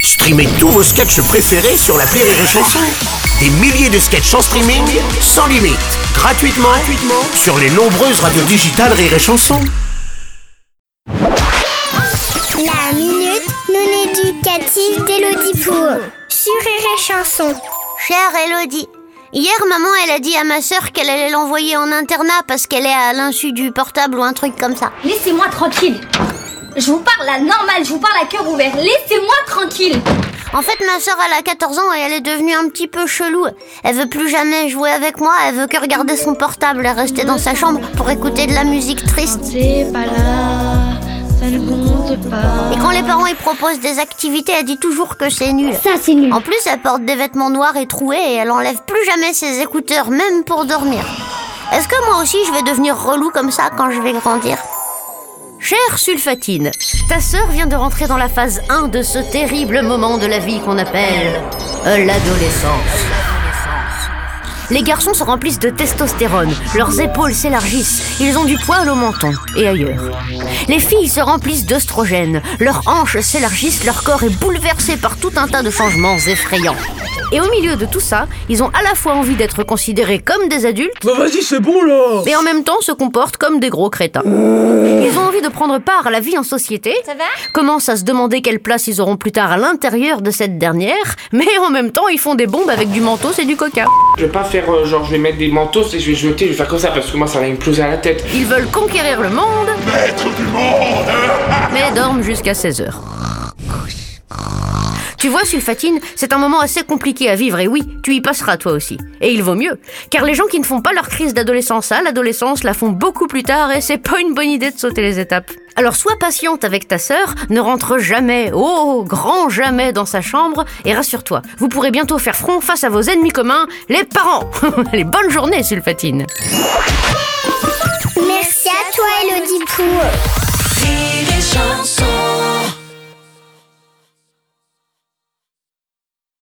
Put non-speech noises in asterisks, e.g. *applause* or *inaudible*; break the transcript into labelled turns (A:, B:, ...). A: Streamez tous vos sketchs préférés sur la Rire et Chanson. Des milliers de sketchs en streaming, sans limite, gratuitement, gratuitement sur les nombreuses radios digitales Rire et Chanson.
B: La minute non éducative d'Élodie Pour sur Rire et Chanson.
C: Chère Elodie, hier maman elle a dit à ma sœur qu'elle allait l'envoyer en internat parce qu'elle est à l'insu du portable ou un truc comme ça.
D: Laissez-moi tranquille. Je vous parle à normal, je vous parle à cœur ouvert. Laissez-moi tranquille.
C: En fait ma sœur elle a 14 ans et elle est devenue un petit peu chelou. Elle veut plus jamais jouer avec moi, elle veut que regarder son portable et rester dans sa chambre pour écouter de la musique triste.
E: T'es pas là, ça ne compte pas.
C: Et quand les parents ils proposent des activités, elle dit toujours que c'est nul.
D: Ça, c'est nul.
C: En plus, elle porte des vêtements noirs et troués et elle enlève plus jamais ses écouteurs, même pour dormir. Est-ce que moi aussi je vais devenir relou comme ça quand je vais grandir
F: Chère Sulfatine, ta sœur vient de rentrer dans la phase 1 de ce terrible moment de la vie qu'on appelle euh, l'adolescence. Les garçons se remplissent de testostérone, leurs épaules s'élargissent, ils ont du poil au menton et ailleurs. Les filles se remplissent d'œstrogènes, leurs hanches s'élargissent, leur corps est bouleversé par tout un tas de changements effrayants. Et au milieu de tout ça, ils ont à la fois envie d'être considérés comme des adultes,
G: Bah vas-y, c'est bon là Euh.
F: mais en même temps se comportent comme des gros crétins. Ils ont envie de prendre part à la vie en société,
D: Ça va
F: commencent à se demander quelle place ils auront plus tard à l'intérieur de cette dernière, mais en même temps ils font des bombes avec du mentos et du coca.
H: Je vais pas faire euh, genre je vais mettre des manteaux et je vais jeter, je vais faire comme ça parce que moi ça va imploser à la tête.
F: Ils veulent conquérir le monde, mais dorment jusqu'à 16 heures. Tu vois, Sulfatine, c'est un moment assez compliqué à vivre et oui, tu y passeras toi aussi. Et il vaut mieux, car les gens qui ne font pas leur crise d'adolescence à l'adolescence la font beaucoup plus tard et c'est pas une bonne idée de sauter les étapes. Alors sois patiente avec ta sœur, ne rentre jamais, oh, grand jamais dans sa chambre et rassure-toi, vous pourrez bientôt faire front face à vos ennemis communs, les parents. *laughs* Allez, bonne journée, Sulfatine.
B: Merci à toi, Élodie Pour.